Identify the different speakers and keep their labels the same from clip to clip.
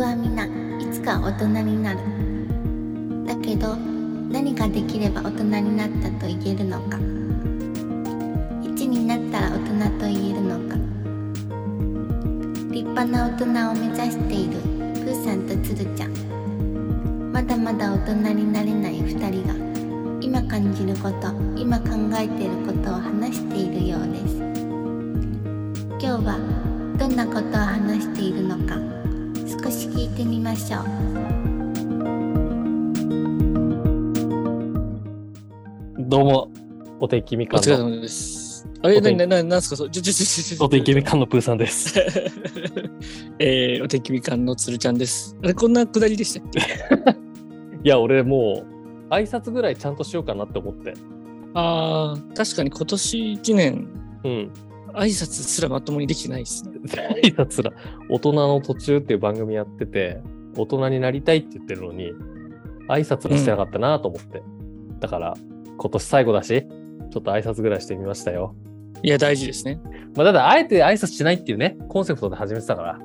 Speaker 1: はみんないつか大人になるだけど何ができれば大人になったと言えるのか1になったら大人と言えるのか立派な大人を目指しているプーさんとつるちゃんまだまだ大人になれない2人が今感じること今考えていることを話しているようです今日はどんなことを話しているのか少し聞いてみましょう
Speaker 2: どうも、お天気み
Speaker 3: お
Speaker 2: かん
Speaker 3: 疲れ
Speaker 2: の、
Speaker 3: 様です。あれ、
Speaker 2: お天
Speaker 3: な、
Speaker 2: 気
Speaker 3: な、ななんすか、そう、ちょ、ちょ、ちょ、ちょ、ちょ
Speaker 2: お天気みかんのプーさんです。
Speaker 3: えー、お天気みかんのつるちゃんです。あれ、こんなくだりでしたっけ
Speaker 2: いや、俺もう、挨拶ぐらいちゃんとしようかなって思って。
Speaker 3: ああ、確かに今年一年、
Speaker 2: うん。
Speaker 3: 挨拶すらまともにできてないですね。
Speaker 2: 挨拶ら、大人の途中っていう番組やってて、大人になりたいって言ってるのに、挨拶もしてなかったなと思って。だから、今年最後だし、ちょっと挨拶ぐらいしてみましたよ。
Speaker 3: いや、大事ですね。
Speaker 2: まあ、ただ、あえて挨拶しないっていうね、コンセプトで始めてたから、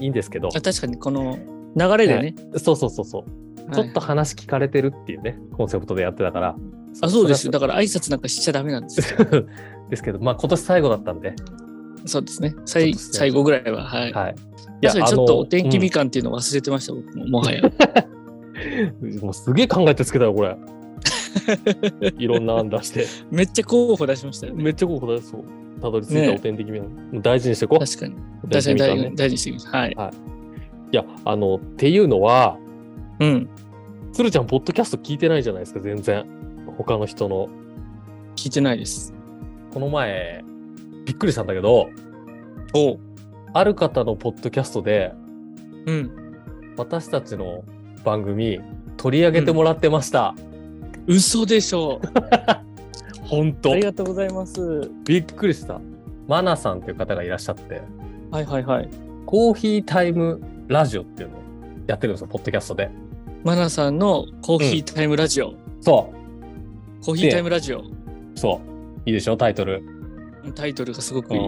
Speaker 2: いいんですけど、
Speaker 3: あ確かに、この流れでね、
Speaker 2: そうそうそうそう、
Speaker 3: はい
Speaker 2: ちょっと話聞かれてるっていうね、コンセプトでやってたから。
Speaker 3: あ、そうです
Speaker 2: よ
Speaker 3: よ。だから挨拶なんかしちゃダメなんですよ。
Speaker 2: ですけど、まあ今年最後だったんで、
Speaker 3: そうですね。
Speaker 2: ちょ
Speaker 3: 最
Speaker 2: っとすいません
Speaker 3: 最後ぐらいは、はい。
Speaker 2: はい。い
Speaker 3: 確かにちょっとお天気み
Speaker 2: 見
Speaker 3: かんっていうのを忘れてました、僕も、もはや。
Speaker 2: もうすげえ考えてつけたよ、これ。 いろんな案出 して。
Speaker 3: めっちゃ候補出しましたよね。
Speaker 2: めっちゃここだそう。たどり着い
Speaker 3: ね
Speaker 2: た
Speaker 3: え
Speaker 2: お天気みかん。もう大事にしていこう。
Speaker 3: 確かに。
Speaker 2: お天
Speaker 3: 確か
Speaker 2: 気
Speaker 3: に
Speaker 2: みか
Speaker 3: 大
Speaker 2: ん
Speaker 3: 事
Speaker 2: ね
Speaker 3: に、大事にしてみます。はい。
Speaker 2: いや、あの、っていうのは、
Speaker 3: うん。
Speaker 2: つるちゃん、ポッドキャスト聞いてないじゃないですか、全然。他の人の。
Speaker 3: 聞いてないです。
Speaker 2: この前、びっくりしたんだけど、
Speaker 3: おう。
Speaker 2: ある方のポッドキャストで、
Speaker 3: うん。
Speaker 2: 私たちの番組、取り上げてもらってました。
Speaker 3: 嘘でしょ。
Speaker 2: 本当
Speaker 3: ありがとうございます。は
Speaker 2: びっくりした。マナさんっていう方がいらっしゃって、
Speaker 3: いはいはい。
Speaker 2: コーヒータイムラジオっていうのをやってるんですよ、ポッドキャストで。
Speaker 3: マナさんのコーヒータイムラジオ。
Speaker 2: そ
Speaker 3: コーヒータイムラジオ。
Speaker 2: う、そう。いいでしょ、タイトル。
Speaker 3: タイトルがすごくいい。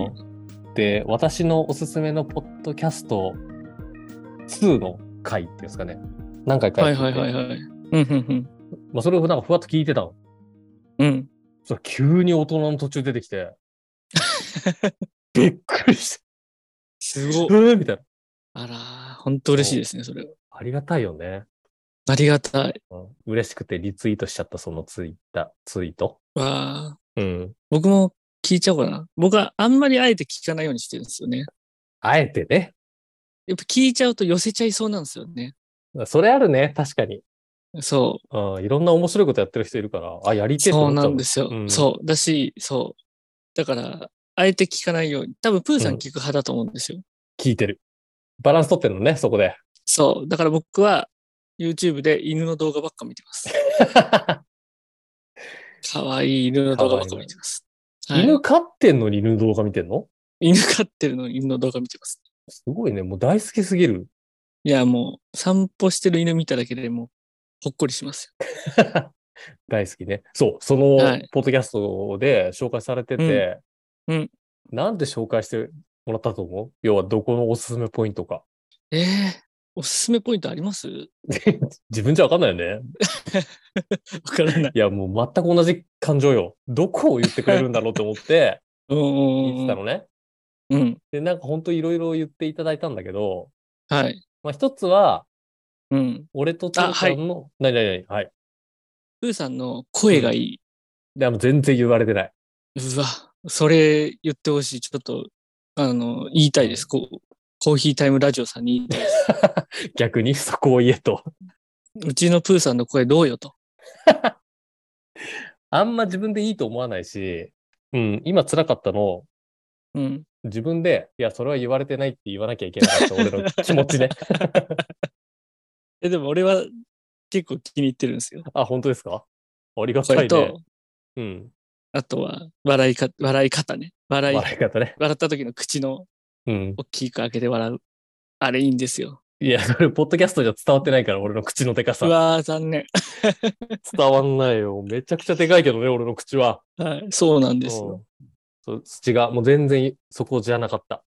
Speaker 2: で、私のおすすめのポッドキャスト2の回っていうんですかね。何回か
Speaker 3: は
Speaker 2: や
Speaker 3: い
Speaker 2: ってて
Speaker 3: はいはいはい。うんうん
Speaker 2: まあ、それをなんかふわっと聞いてたの。
Speaker 3: うん。うん。
Speaker 2: そしたら急に大人の途中出てき て、びっくりした。
Speaker 3: す
Speaker 2: え
Speaker 3: ごい。
Speaker 2: ー、みたいな。
Speaker 3: あらー、本当嬉しいですね、それは。
Speaker 2: ありがたいよね。
Speaker 3: ありがたい。
Speaker 2: うん、嬉しくてリツイートしちゃった、そのツイッター、ツイート。
Speaker 3: わあ。
Speaker 2: うん。
Speaker 3: 僕も聞いちゃおうかな。僕はあんまりあえて聞かないようにしてるんですよね。
Speaker 2: あえてね。
Speaker 3: やっぱ聞いちゃうと寄せちゃいそうなんですよね。
Speaker 2: それあるね、確かに。
Speaker 3: そ
Speaker 2: うん、いろんな面白いことやってる人いるから、あ、やり
Speaker 3: う。
Speaker 2: てえと
Speaker 3: そう
Speaker 2: 思っちゃ
Speaker 3: な
Speaker 2: うん
Speaker 3: ですよ。
Speaker 2: うん
Speaker 3: そう。だし、そう。だから、あえて聞かないように。多分、プーさん
Speaker 2: うん
Speaker 3: 聞く派だと思うんですよ。
Speaker 2: 聞いてる。バランス取ってるのね、そこ で。
Speaker 3: そう。だから僕は YouTube で犬の動画ばっか見て ます。かわいい犬の動画ばっか見てます。はい
Speaker 2: 犬飼ってんのに犬動画見てんの
Speaker 3: 犬飼ってるのに犬の動画見てます。
Speaker 2: すごいね、もう大好きすぎる。
Speaker 3: いや、もう散歩してる犬見ただけでもうほっこりします
Speaker 2: 大好きね。そう、その
Speaker 3: はい、
Speaker 2: ポッドキャストで紹介されてて、
Speaker 3: うんうん
Speaker 2: なんで紹介してもらったと思う要は、どこのおすすめポイントか。
Speaker 3: よ。ええおすすめポイントあります
Speaker 2: 自分じゃわかんないよね。
Speaker 3: わからない。
Speaker 2: いや、もう全く同じ感情よ。どこを言ってくれるんだろうと思って、
Speaker 3: うん うん
Speaker 2: 言っ
Speaker 3: う
Speaker 2: て
Speaker 3: ん
Speaker 2: たのね。
Speaker 3: うん。うん。
Speaker 2: で、なんか本当いろいろ言っていただいたんだけど、
Speaker 3: はい。
Speaker 2: まあ一つは、
Speaker 3: うん。
Speaker 2: 俺とつるちゃんの、何何何はい。
Speaker 3: プーさんの声がいい。
Speaker 2: でも全然言われてない。
Speaker 3: うわ、それ言ってほしい。ちょっと、あの、言いたいです。こう、コーヒータイムラジオさんに言いたいです。
Speaker 2: 逆に そこを言えと。
Speaker 3: うちのプーさんの声どうよと。
Speaker 2: あんま自分でいいと思わないし、うん、今辛かったの、
Speaker 3: うん。
Speaker 2: 自分で、いや、それは言われてないって言わなきゃいけなかった俺の気持 ちね。
Speaker 3: え、でも俺は結構気に入ってるんですよ。
Speaker 2: あ、本当ですかありが
Speaker 3: こ
Speaker 2: た
Speaker 3: れ
Speaker 2: いね。
Speaker 3: と、
Speaker 2: うん。
Speaker 3: あとは、笑いか、笑い方ね。笑い、
Speaker 2: 笑い方ね。
Speaker 3: 笑った時の口の
Speaker 2: うん。
Speaker 3: 大きく開けて笑う。あれいいんですよ。
Speaker 2: いや、それ、ポッドキャストじゃ伝わってないから、俺の口のでか
Speaker 3: う
Speaker 2: さ。
Speaker 3: わー、残念。
Speaker 2: 伝わんないよ。めちゃくちゃでかいけどね、俺の口は。
Speaker 3: はい、そうなん
Speaker 2: うん
Speaker 3: ですよ。
Speaker 2: そう土が、もう全然そこじゃなかった。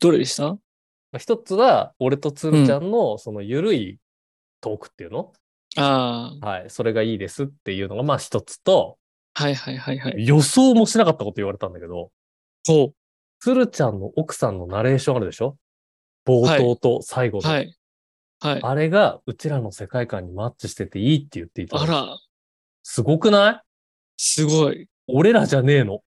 Speaker 3: どれでした
Speaker 2: まあ一つは、俺とつるちゃんの、その、ゆるいトークっていうの、
Speaker 3: あ
Speaker 2: はい。それがいいですっていうのが、まあ一つと、
Speaker 3: あ、はいはいはいはい。
Speaker 2: 予想もしなかったこと言われたんだけど、
Speaker 3: ほ
Speaker 2: つるちゃんの奥さんのナレーションあるでしょ冒頭と最後
Speaker 3: う。
Speaker 2: と。
Speaker 3: はい。はい。
Speaker 2: あれが、うちらの世界観にマッチしてていいって言っていた。
Speaker 3: あ。ら、
Speaker 2: すごくない
Speaker 3: すごい。
Speaker 2: 俺らじゃねえ の。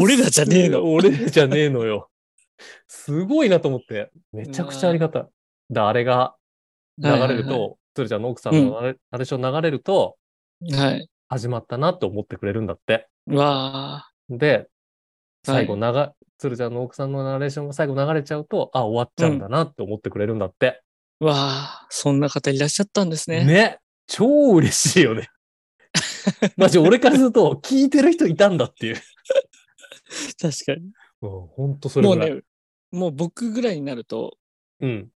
Speaker 3: 俺らじゃねえの
Speaker 2: 俺らじゃねえのよ。すごいなと思って。めちゃくちゃありがたい。で、あれが流れる
Speaker 3: は
Speaker 2: と、鶴ちゃんの奥さんのナレナレーション流れると、
Speaker 3: はい。
Speaker 2: 始まったなって思ってくれるんだって。
Speaker 3: わあ、
Speaker 2: で、最後、長、鶴ちゃんの奥さんのナレーションが最後流れちゃうと、あ、終わっちゃうんだなって思ってくれるんだって。
Speaker 3: わあ、そんな方いらっしゃったんですね。
Speaker 2: ね。超嬉しいよね。マジ、俺からすると、聞いてる人いたんだっていう。
Speaker 3: 確かに。
Speaker 2: うん、ほんとそれ
Speaker 3: もう
Speaker 2: ぐらい。
Speaker 3: ね、もう僕ぐらいになると、
Speaker 2: うん。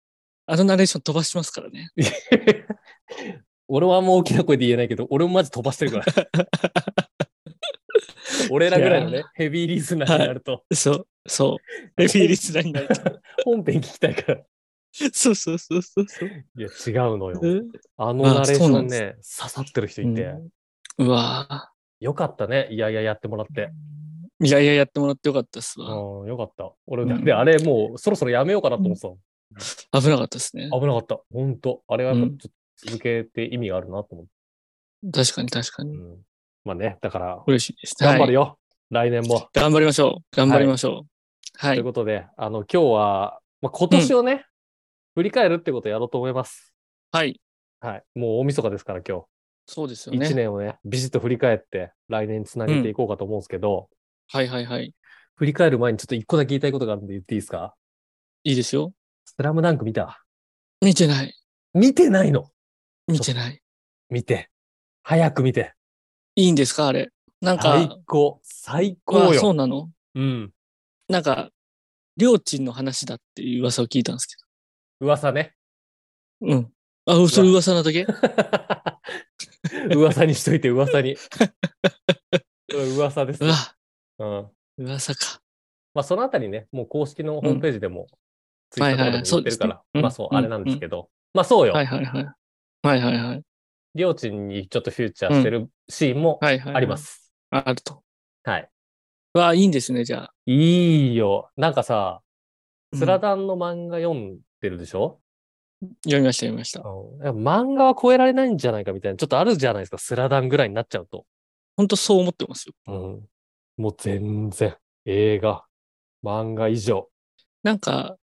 Speaker 3: あのナレーション飛ばしますからね。
Speaker 2: 俺はあんま大きな声で言えないけど、俺もマジ飛ばして るから。俺らぐらいの
Speaker 3: い
Speaker 2: ね、ヘビーリスナーになると、
Speaker 3: そう、そう。 ヘビーリスナーになると。
Speaker 2: 本編聞きたいから。い
Speaker 3: そうそうそうそうそう。
Speaker 2: や、違うのよ。
Speaker 3: う
Speaker 2: あのナレーシ
Speaker 3: あそう
Speaker 2: ョ
Speaker 3: な
Speaker 2: ン
Speaker 3: んで
Speaker 2: ね、刺さってる人いて、
Speaker 3: んうわあ。
Speaker 2: よかったね。いやいや、やってもらって。
Speaker 3: いやいや、やってもらってよかったっすわ。
Speaker 2: うん、よかった。俺、
Speaker 3: うん
Speaker 2: で、あれもう、そろそろやめようかなと思ってたの。
Speaker 3: 危なかったですね。
Speaker 2: 危なかった。ほんと。あれはやっぱ
Speaker 3: う
Speaker 2: ちょ
Speaker 3: ん
Speaker 2: っと続けて意味があるなと思って。
Speaker 3: 確かに確か
Speaker 2: う
Speaker 3: に。
Speaker 2: んまあね、だから、
Speaker 3: 嬉しいです。
Speaker 2: 頑張る
Speaker 3: よ。
Speaker 2: よ。来年も。
Speaker 3: 頑張りましょう。頑張りましょう。は
Speaker 2: と
Speaker 3: い
Speaker 2: いう。ことで、あの、今日は、まあ、今年をね、振り返るってことをやろうと思います。
Speaker 3: はい。
Speaker 2: はい。もう大晦日ですから、今
Speaker 3: そうですよ
Speaker 2: 日。一
Speaker 3: ね。
Speaker 2: 年をね、ビシッと振り返って、来年につなげていこうかと思うんですけど、
Speaker 3: はいはいはい。
Speaker 2: 振り返る前にちょっと一個だけ言いたいことがあるんで言っていいですか
Speaker 3: いいですよ。
Speaker 2: スラムダンク見た
Speaker 3: 見てない。
Speaker 2: 見てないの
Speaker 3: 見てない。
Speaker 2: 見て。早く見て。
Speaker 3: いいんですかあれ。なん
Speaker 2: 最
Speaker 3: か、
Speaker 2: 高。最高
Speaker 3: わあそ
Speaker 2: よ。
Speaker 3: うなの
Speaker 2: うん。
Speaker 3: なんか、りょーちんの話だっていう噂を聞いたんですけ
Speaker 2: 噂ね。
Speaker 3: ど。うん。あ、それ噂 なだけ
Speaker 2: 噂にしといて、噂 に。うん噂です
Speaker 3: う。わ、
Speaker 2: うん。
Speaker 3: 噂か。
Speaker 2: まあ、そのあたりね、もう公式のホームページでも、ツイッターとかでも言ってるから、
Speaker 3: はいはいはいそうですね
Speaker 2: まあそう、
Speaker 3: うん
Speaker 2: あれなんですけど、まあそうよ
Speaker 3: は、いはいはい。はいはいはい。
Speaker 2: りょうちんにちょっとフューチャーしてるシーンも
Speaker 3: はいはいはい。
Speaker 2: ありま。す。
Speaker 3: あると。
Speaker 2: はい。
Speaker 3: わあ、いいんですね、じゃあ。
Speaker 2: いいよ。なんかさ、
Speaker 3: うん
Speaker 2: スラダンの漫画読んでるでしょ、
Speaker 3: 読みました、読みました。
Speaker 2: うんいや漫画は超えられないんじゃないかみたいな、ちょっとあるじゃないですか、スラダンぐらいになっちゃうと。
Speaker 3: 本当そう思ってますよ。
Speaker 2: うん。もう全然、映画、漫画以上。
Speaker 3: なんか、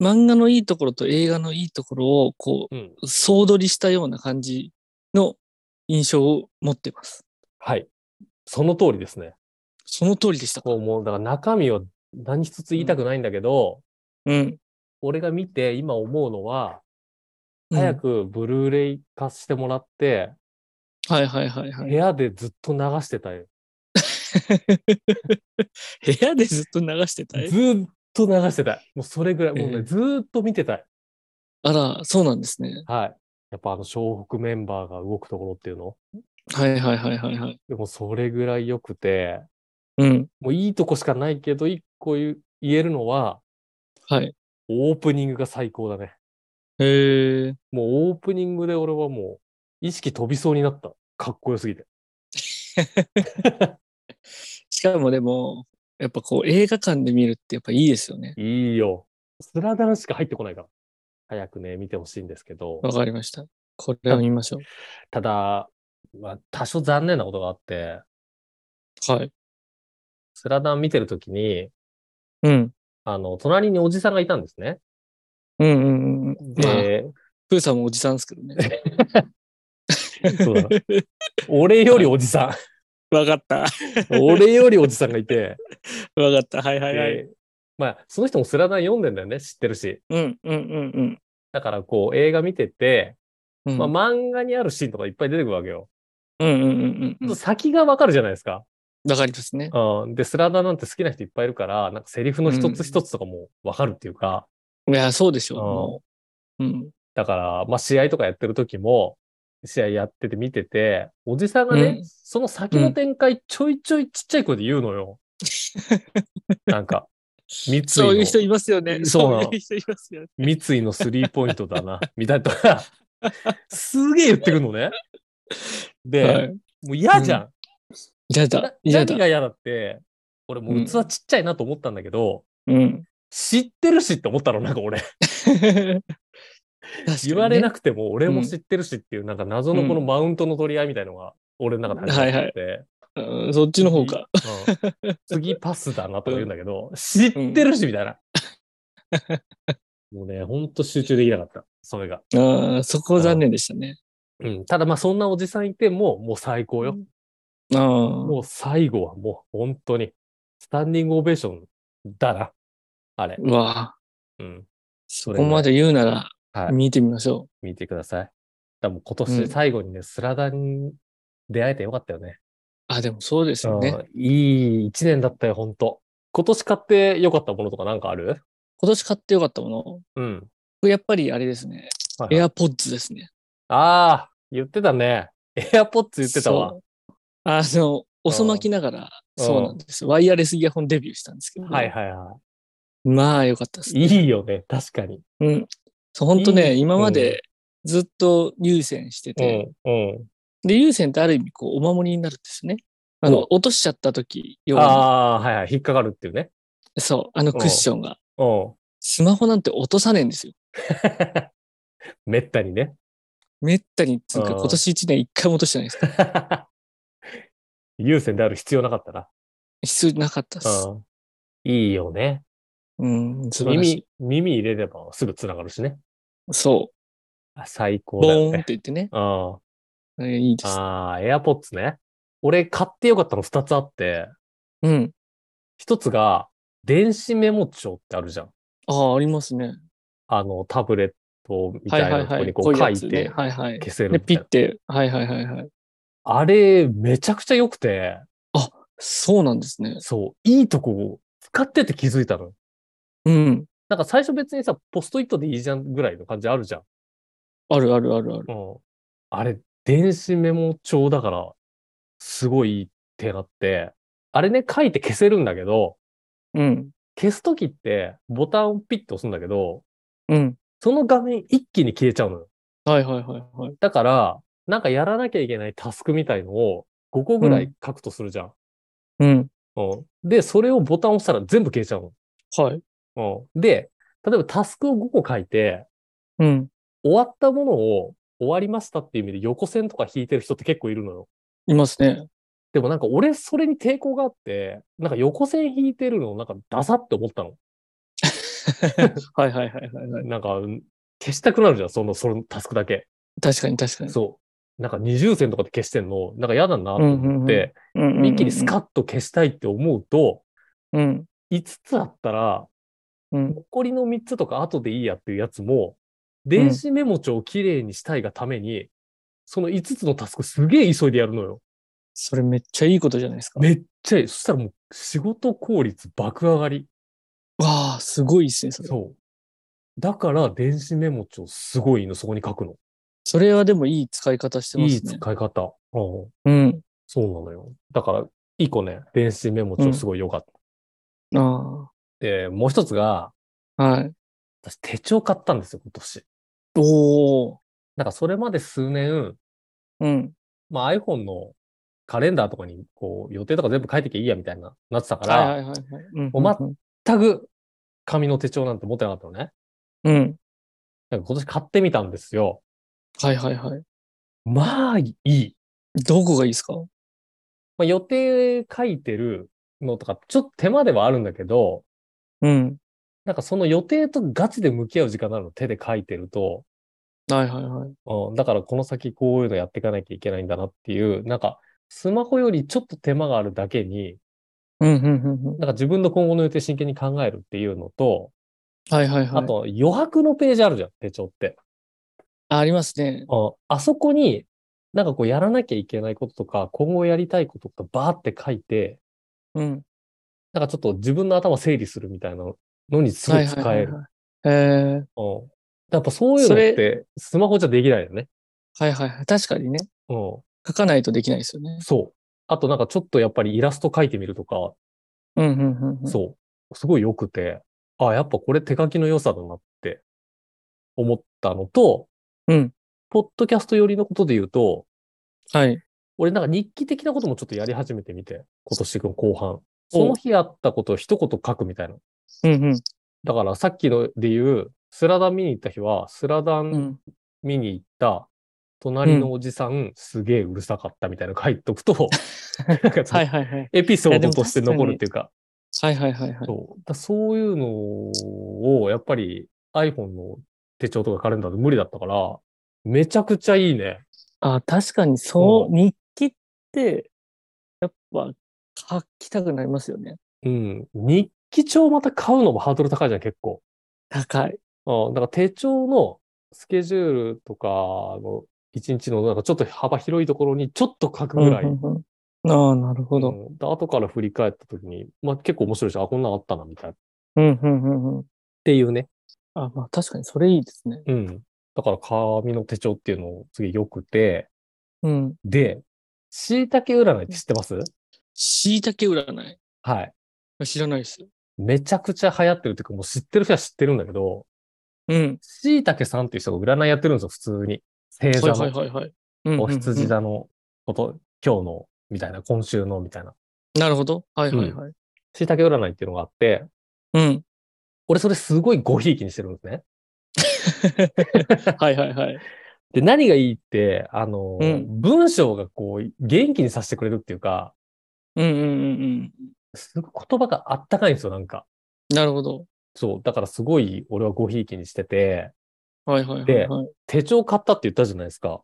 Speaker 3: 漫画のいいところと映画のいいところを、こ
Speaker 2: うん。
Speaker 3: う、総取りしたような感じの印象を持ってます。
Speaker 2: はい。その通りですね。
Speaker 3: その通りでしたか
Speaker 2: こうもう、だから中身を何一つ言いたくないんだけど、
Speaker 3: うん。
Speaker 2: 俺が見て今思うのは、早くブルーレイ化してもらって、
Speaker 3: うん。はいはいはいは
Speaker 2: 部
Speaker 3: い。
Speaker 2: 屋でずっと流してたよ。
Speaker 3: 部屋でずっと流してたい
Speaker 2: ずーっと流してたい。もうそれぐらい、
Speaker 3: ええ
Speaker 2: もうね、ずーっと見てたい。
Speaker 3: あら、そうなんですね。
Speaker 2: はい。やっぱあの、湘北メンバーが動くところっていうの。
Speaker 3: はいはいはいはいはい。
Speaker 2: でもそれぐらい良くて、
Speaker 3: うん。
Speaker 2: もういいとこしかないけど、一個言う言えるのは、
Speaker 3: はい。
Speaker 2: オープニングが最高だね。
Speaker 3: へえ。
Speaker 2: もうオープニングで俺はもう、意識飛びそうになった。かっこよすぎて。
Speaker 3: しかもでも、やっぱこう映画館で見るってやっぱいいですよね。
Speaker 2: いいよ。スラダンしか入ってこないから。早くね、見てほしいんですけど。
Speaker 3: わかりました。これを見ましょ
Speaker 2: ただ、まあ、多少残念なことがあって、
Speaker 3: う。はい。
Speaker 2: スラダン見てるときに、
Speaker 3: うん。
Speaker 2: あの、隣におじさんがいたんですね。
Speaker 3: うんうんうんうん。まあ、
Speaker 2: で、
Speaker 3: プーさんもおじさんですけどね。
Speaker 2: そうだな俺よりおじさ
Speaker 3: わかった。
Speaker 2: ん。俺よりおじさんがいて、
Speaker 3: わかった。 はいはいはい。
Speaker 2: でまあ、その人もスラダン読んでんだよね、知ってるし。
Speaker 3: うんうんうんうん
Speaker 2: だから、こう、映画見てて、
Speaker 3: うん。
Speaker 2: まあ、漫画にあるシーンとかいっぱい出てくるわけよ。
Speaker 3: うんうんうんうんうん。
Speaker 2: 先がわかるじゃないですか。
Speaker 3: わかりますね。
Speaker 2: うん、で、スラダンなんて好きな人いっぱいいるから、なんかセリフの一つ一つとかもわかるっていうか、
Speaker 3: いや、そうでしょう。
Speaker 2: あー
Speaker 3: もううん。
Speaker 2: だから、まあ、試合とかやってる時も、試合やってて見てて、おじさんがね、
Speaker 3: うん
Speaker 2: その先の展開ちょいちょいちっちゃい声で言うのよ。なんか、三井の
Speaker 3: そういう人いますよね。
Speaker 2: そうなの
Speaker 3: そういう人いますよね。
Speaker 2: 三井のスリーポイントだな、みたいな。すげえ言ってくるのね。で、
Speaker 3: はい。
Speaker 2: もう嫌じゃん。
Speaker 3: 嫌
Speaker 2: な
Speaker 3: だ。嫌
Speaker 2: 何
Speaker 3: だ。
Speaker 2: が嫌だって、俺もう器ちっちゃいなと思ったんだけど、
Speaker 3: うん。
Speaker 2: 知ってるしって思ったの、なんか俺。言われなくても俺も知ってるしっていう、なんか謎のこのマウントの取り合いみたいのが、俺の中で始まって。
Speaker 3: く、うんそっちの方か。
Speaker 2: うん 次パスだなとか言うんだけど、知ってるし、みたいな。もうね、ほんと集中できなかった。それが。
Speaker 3: ああ、そこ残念でしたね。
Speaker 2: うん。ただまあ、そんなおじさんいても、もう最高よ。
Speaker 3: ああ。
Speaker 2: もう最後はもう本当に、スタンディングオベーションだな。あれ。
Speaker 3: うわあ。
Speaker 2: うん。
Speaker 3: そ
Speaker 2: れ
Speaker 3: こまで言うなら、
Speaker 2: はい
Speaker 3: 見てみましょ
Speaker 2: 見てください。だからもう今
Speaker 3: う
Speaker 2: 年
Speaker 3: ん
Speaker 2: 最後にね、スラダンに出会えてよかったよね。
Speaker 3: う。あ、でもそうですよね。
Speaker 2: うんいい一年だったよ、ほんと。今年買ってよかったものとかなんかある
Speaker 3: 今年買ってよかったもの
Speaker 2: うん。
Speaker 3: 僕やっぱりあれですね。
Speaker 2: はいはい
Speaker 3: エアポッズですね。
Speaker 2: ああ、言ってたね。エアポッツ言ってたわ
Speaker 3: そ。う。あの、遅まきながら、
Speaker 2: うん
Speaker 3: そうなんです。ワイヤレスイヤホンデビューしたんですけど。
Speaker 2: はいはいは
Speaker 3: まあ、よかったです
Speaker 2: い。
Speaker 3: ね。
Speaker 2: いいよね、確かに。
Speaker 3: うん。そう、本当ね、
Speaker 2: いい
Speaker 3: 今までずっと優先して
Speaker 2: う
Speaker 3: て、
Speaker 2: ん、うん。
Speaker 3: で、優先ってある意味、こう、お守りになるんですよね。あの、
Speaker 2: うん
Speaker 3: 落としちゃった時用に、
Speaker 2: ああー、はいはい、引っかかるっていうね。
Speaker 3: そう、あのクッションが。
Speaker 2: うん。
Speaker 3: スマホなんて落とさねえんですよ。
Speaker 2: めったにね。
Speaker 3: めったに、つうか、
Speaker 2: うん
Speaker 3: 今年1年1回も落としてないで すから。
Speaker 2: 優先である必要なかったな。
Speaker 3: 必要なかったです。
Speaker 2: うん。いいよね。
Speaker 3: うん、素晴らしい。
Speaker 2: 耳、耳入れればすぐ繋がるしね。
Speaker 3: そ
Speaker 2: あ最高だ
Speaker 3: う、ボー
Speaker 2: よ
Speaker 3: ンって
Speaker 2: ね。
Speaker 3: 言ってね。
Speaker 2: うん。
Speaker 3: えーいいです。
Speaker 2: ああ、エアポッツね。俺買ってよかったの2つあって、
Speaker 3: うん。
Speaker 2: 1つが電子メモ帳ってあるじゃん。
Speaker 3: ああ、ありますね。
Speaker 2: あの、タブレットみ
Speaker 3: は
Speaker 2: た
Speaker 3: い
Speaker 2: い
Speaker 3: は
Speaker 2: ないとこ
Speaker 3: は
Speaker 2: にこう
Speaker 3: い。
Speaker 2: 書
Speaker 3: や
Speaker 2: い
Speaker 3: つね
Speaker 2: て
Speaker 3: はいはい。
Speaker 2: 消せる
Speaker 3: で、
Speaker 2: みた
Speaker 3: ピ
Speaker 2: い
Speaker 3: ッ
Speaker 2: な。
Speaker 3: て、はいはいはいはい。
Speaker 2: あれ、めちゃくちゃ良くて、
Speaker 3: あ、そうなんですね。
Speaker 2: そう、いいとこを使ってて気づいたの。
Speaker 3: うん。
Speaker 2: なんか最初別にさ、ポストイットでいいじゃんぐらいの感じあるじゃん。
Speaker 3: あるあるあるある。
Speaker 2: うん。あれ、電子メモ帳だから、すごいいいってなって、あれね、書いて消せるんだけど、
Speaker 3: うん。
Speaker 2: 消すときってボタンをピッて押すんだけど、
Speaker 3: うん。
Speaker 2: その画面一気に消えちゃうのよ。
Speaker 3: はいはいはいはい。
Speaker 2: だから、なんかやらなきゃいけないタスクみたいのを5個ぐらい書くとするじゃん。
Speaker 3: うん。
Speaker 2: うんで、それをボタン押したら全部消えちゃう
Speaker 3: はい。
Speaker 2: の。うんで、例えばタスクを5個書いて、
Speaker 3: うん。
Speaker 2: 終わったものを終わりましたっていう意味で横線とか引いてる人って結構いるのよ。
Speaker 3: いますね。
Speaker 2: でもなんか俺それに抵抗があって、なんか横線引いてるのなんかダサって思ったの。
Speaker 3: はいはいはいはいはい。
Speaker 2: なんかうん消したくなるじゃん、その、そのタスクだけ。
Speaker 3: 確かに確かに。
Speaker 2: そう。なんか二重線とかで消してんの、なんか嫌だなと思って、
Speaker 3: うんうんうん
Speaker 2: 一気にスカッと消したいって思うと、
Speaker 3: うん。
Speaker 2: 5つあったら、
Speaker 3: うん。
Speaker 2: 残りの3つとか後でいいやっていうやつも、電子メモ帳をきれいにしたいがために、その5つのタスクすげえ急いでやるのよ。
Speaker 3: それめっちゃいいことじゃないですか。
Speaker 2: めっちゃいい。そしたらもう仕事効率爆上がり。
Speaker 3: わあ、すごいですね、それ。
Speaker 2: そう。だから電子メモ帳すごいの、そこに書くの。
Speaker 3: それはでもいい使い方してま
Speaker 2: いい
Speaker 3: すね。
Speaker 2: 使い方。うん。
Speaker 3: うん。
Speaker 2: そうなのよ。だから、一個ね、電子メモ帳すごい良かった。
Speaker 3: あ
Speaker 2: で、もう一つが、
Speaker 3: あ。はい。
Speaker 2: 私手帳買ったんですよ、今年。
Speaker 3: おお。
Speaker 2: なんかそれまで数年、
Speaker 3: うん。
Speaker 2: まあ iPhone のカレンダーとかにこう予定とか全部書いてきゃいいやみたいな、なってたか
Speaker 3: はいはい
Speaker 2: ら、
Speaker 3: はいはい。うん。
Speaker 2: おま全く紙の手帳なんて持ってなかったのね。
Speaker 3: うん。
Speaker 2: なんか今年買ってみたんですよ。
Speaker 3: はいはいはい。
Speaker 2: まあいい。
Speaker 3: どこがいいですか
Speaker 2: まあ、予定書いてるのとか、ちょっと手間ではあるんだけど、
Speaker 3: うん。
Speaker 2: なんかその予定とガチで向き合う時間なの手で書いてると、
Speaker 3: はいはいはい。
Speaker 2: うん、だからこの先こういうのやっていかなきゃいけないんだなっていう、なんかスマホよりちょっと手間があるだけに、
Speaker 3: うんうんうんうん。
Speaker 2: なんか自分の今後の予定真剣に考えるっていうのと、
Speaker 3: はいはいはい。
Speaker 2: あと余白のページあるじゃん、手帳って。
Speaker 3: あ、ありますね。
Speaker 2: ああそこに、なんかこうやらなきゃいけないこととか、今後やりたいこととかバーって書いて、
Speaker 3: うん。
Speaker 2: なんかちょっと自分の頭整理するみたいなのにすご
Speaker 3: はいい
Speaker 2: 使
Speaker 3: はい
Speaker 2: える。
Speaker 3: はいはい。え
Speaker 2: うん。やっぱそういうのってスマホじゃできないよね。
Speaker 3: ー、はいはいはい。確かにね。
Speaker 2: うん。
Speaker 3: 書かないとできないですよね。
Speaker 2: そう。あとなんかちょっとやっぱりイラスト描いてみるとか、
Speaker 3: うんうんうん。
Speaker 2: そう。すごい良くて、あ、やっぱこれ手書きの良さだなって思ったのと、
Speaker 3: うん。
Speaker 2: ポッドキャスト寄りのことで言うと、
Speaker 3: はい。
Speaker 2: 俺なんか日記的なこともちょっとやり始めてみて、今年の後半。その日あったことを一言書くみたいな。
Speaker 3: うんうん。
Speaker 2: だからさっきので言う、スラダン見に行った日は、スラダ
Speaker 3: う
Speaker 2: ン
Speaker 3: ん。
Speaker 2: 見に行った隣のおじさん、すげえうるさかったみたいなの書いとくと、なんか
Speaker 3: はいはいはい。
Speaker 2: エピソードとして残るっていうか、
Speaker 3: はいはいはいはい。
Speaker 2: そうだそういうのを、やっぱり iPhone の手帳とかカレンダーで無理だったから、めちゃくちゃいいね。
Speaker 3: あ、確かにそうう、日記って、やっぱ書きたくなりますよね。
Speaker 2: うん。日記帳また買うのもハードル高いじゃん、結構。
Speaker 3: 高い。
Speaker 2: うん。だから手帳のスケジュールとかの一日のなんかちょっと幅広いところにちょっと書くぐらい。
Speaker 3: うんうんうんああ、なるほど。
Speaker 2: うんで後から振り返った時に、まあ結構面白いし、あ、こんなのあったな、みたいな。っ
Speaker 3: うんうんうんうん。
Speaker 2: ていうね。
Speaker 3: あ、まあ確かにそれいいですね。
Speaker 2: うん。だから紙の手帳っていうのをすげえ良くて、
Speaker 3: うん。
Speaker 2: で、椎茸占いって知ってます
Speaker 3: 椎茸占い
Speaker 2: はい。
Speaker 3: あ知らないです。
Speaker 2: めちゃくちゃ流行ってるっていうか、もう知ってる人は知ってるんだけど、
Speaker 3: うん。
Speaker 2: 椎茸さんっていう人が占いやってるんですよ、普通に。星
Speaker 3: は
Speaker 2: 座
Speaker 3: いはい
Speaker 2: の、
Speaker 3: はいはい。うんうんうん
Speaker 2: お羊。座のこと、今日の、みたいな、今週の、みたいな。
Speaker 3: なるほど。はいはいはい。
Speaker 2: 椎茸占いっていうのがあって、
Speaker 3: うん。
Speaker 2: 俺それすごいごひいきにしてるんですね。
Speaker 3: はいはいはい。
Speaker 2: で、何がいいって、あの、
Speaker 3: うん
Speaker 2: 文章がこう、元気にさせてくれるっていうか、
Speaker 3: うんうんうんうん。
Speaker 2: すごい言葉があったかいんですよ、なんか。
Speaker 3: なるほど。
Speaker 2: そう。だからすごい俺はごひいきにしてて、
Speaker 3: はいはいはい、
Speaker 2: で
Speaker 3: はい。
Speaker 2: 手帳買ったって言ったじゃないですか。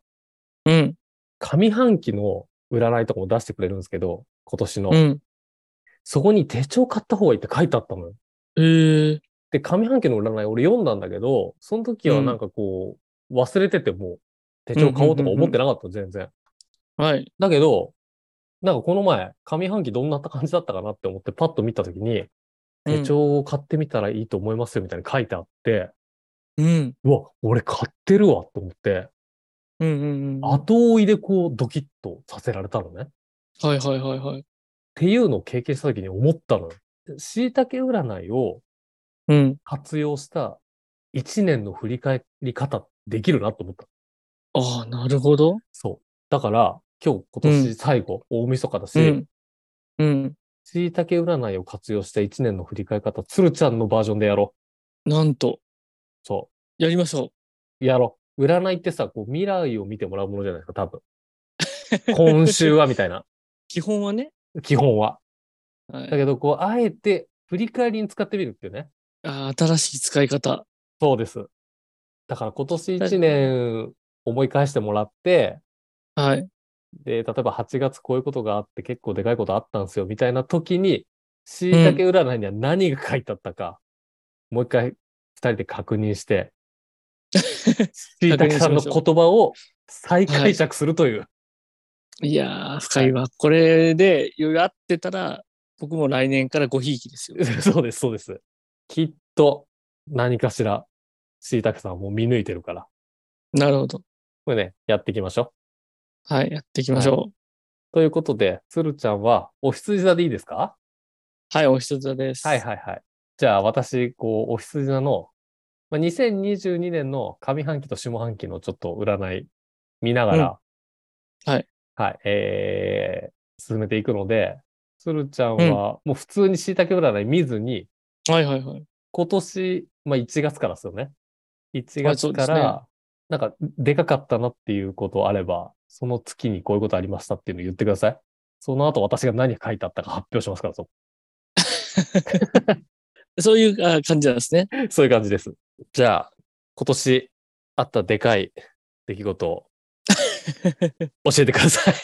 Speaker 3: うん。
Speaker 2: 上半期の占いとかも出してくれるんですけど、今年の。
Speaker 3: うん。
Speaker 2: そこに手帳買った方がいいって書いてあったのよ。
Speaker 3: へえ。
Speaker 2: で、上半期の占い俺読んだんだけど、その時はなんかこう、忘れてても手帳買おうとか思ってなかったの、全然。
Speaker 3: はい。
Speaker 2: だけど、なんかこの前、上半期どんな感じだったかなって思ってパッと見た時に、手帳を買ってみたらいいと思いますよみたいに書いてあって、
Speaker 3: うん。
Speaker 2: うわ、俺買ってるわと思って、
Speaker 3: うんうんうん。は
Speaker 2: 後追いでこうドキッとさせられたのね。っ
Speaker 3: いはいはいはい。
Speaker 2: ていうのを経験した時に思ったのよ。椎茸占いを
Speaker 3: うん。
Speaker 2: 活用した一年の振り返り方できるなと思った。
Speaker 3: ああ、なるほど。
Speaker 2: そう。だから、今日今年最後、大晦日だし、
Speaker 3: うん。うん。
Speaker 2: 椎茸占いを活用した一年の振り返り方、鶴ちゃんのバージョンでやろう。
Speaker 3: なんと、
Speaker 2: そ
Speaker 3: やりましょ
Speaker 2: う。やろう。占いってさ、こう未来を見てもらうものじゃないですか、多分。 今週はみたいな、
Speaker 3: う。基本はね。
Speaker 2: 基本は。
Speaker 3: はい
Speaker 2: だけど、こう、あえて振り返りに使ってみるっていうね。
Speaker 3: あー新しい使い方。
Speaker 2: そうです。だから今年1年思い返してもらって、
Speaker 3: はい。
Speaker 2: で、例えば8月こういうことがあって結構でかいことあったんですよみたいな時に、椎茸占いには何が書いてあったか、もう一回2人で確認して、椎茸さんの言葉を再解釈するという。
Speaker 3: いやー、深いわ。これで、いろいろ合ってたら、僕も来年からごひいき ですよ。
Speaker 2: そうです、そうです。きっと何かしら椎茸さんはもう見抜いてるから、
Speaker 3: なるほど。
Speaker 2: これね、やっていきましょう。
Speaker 3: はい。やっていきましょ
Speaker 2: ということで、鶴ちゃんはお羊座でいいですか
Speaker 3: う。はい、おひとつ座です。
Speaker 2: はいはいはい。じゃあ私、こう、お羊座の、まあ、2022年の上半期と下半期のちょっと占い見ながら、
Speaker 3: うんはい。
Speaker 2: はい、えー、進めていくので、鶴ちゃんはもう普通に椎茸占い見ずに、
Speaker 3: はいはいはい。
Speaker 2: 今年、まあ1月からですよね。1
Speaker 3: はい
Speaker 2: 月
Speaker 3: そうで
Speaker 2: か
Speaker 3: すね
Speaker 2: ら、なんかでかかったなっていうことあれば、その月にこういうことありましたっていうのを言ってください。その後私が何書いてあったか発表しますから、そ
Speaker 3: そういうあー感じなんですね。
Speaker 2: そういう感じです。じゃあ、今年あったでかい出来事 を教えてください。
Speaker 3: か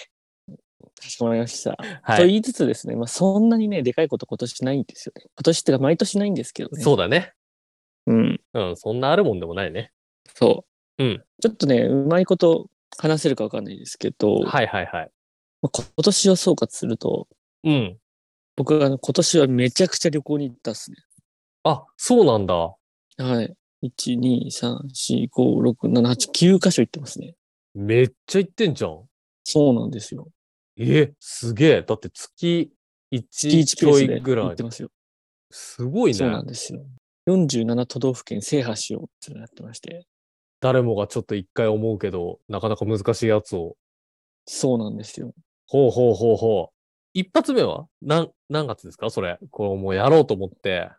Speaker 3: しこまりました。
Speaker 2: は
Speaker 3: と
Speaker 2: い。
Speaker 3: 言いつつですね、まあ、そんなにね、でかいこと今年ないんですよね。今年ってか毎年ないんですけどね。
Speaker 2: そうだね。
Speaker 3: う。うん。
Speaker 2: うん、そんなあるもんでもないね。
Speaker 3: そう。
Speaker 2: うん。
Speaker 3: ちょっとね、うまいこと話せるかわかんないですけど、
Speaker 2: はいはいはい。
Speaker 3: まあ今年を総括すると、
Speaker 2: うん。
Speaker 3: 僕はあの今年はめちゃくちゃ旅行に行ったっすね。
Speaker 2: あ、そうなんだ。
Speaker 3: はい。1、2、3、4、5、6、7、8、9箇所行ってますね。
Speaker 2: めっちゃ行ってんじゃん。
Speaker 3: そうなんですよ。
Speaker 2: え、すげえ。だって月1
Speaker 3: 1ペ
Speaker 2: ちょ
Speaker 3: ース
Speaker 2: い
Speaker 3: で
Speaker 2: ぐら
Speaker 3: 行
Speaker 2: い
Speaker 3: って。ますよ。
Speaker 2: すごい
Speaker 3: そうな
Speaker 2: ね
Speaker 3: ん。ですよ。47都道府県制覇しようってなってまして。
Speaker 2: 誰もがちょっと一回思うけど、なかなか難しいやつを。
Speaker 3: そうなんですよ。
Speaker 2: ほうほうほうほう。一発目は何、何月ですかそれ。これもうやろうと思って、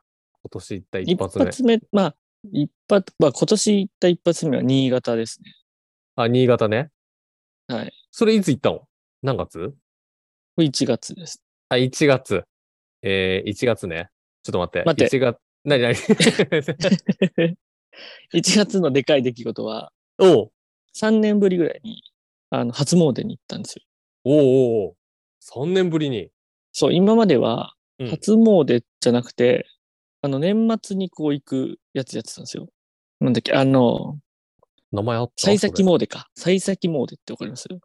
Speaker 2: 今年行った一
Speaker 3: 一
Speaker 2: 発目。
Speaker 3: 発目、まあ、一発、まあ今年行った一発目は新潟ですね。
Speaker 2: あ、新潟ね。
Speaker 3: はい。
Speaker 2: それいつ行ったの何月
Speaker 3: これ1月です。
Speaker 2: あ、1月。えー、1月ね。ちょっと待って。
Speaker 3: 待って
Speaker 2: 1月。なになに
Speaker 3: 1月のでかい出来事は、
Speaker 2: おう
Speaker 3: 3年ぶりぐらいに、あの、初詣に行ったんですよ。
Speaker 2: おうおうおう3年ぶりに。
Speaker 3: そう、今までは
Speaker 2: うん、
Speaker 3: 初詣じゃなくて、あの、年末にこう行くやつやってたんですよ。なんだっけ、あの、
Speaker 2: 名前あった
Speaker 3: 幸先
Speaker 2: も。
Speaker 3: 詣か。幸先詣ってわかります
Speaker 2: それ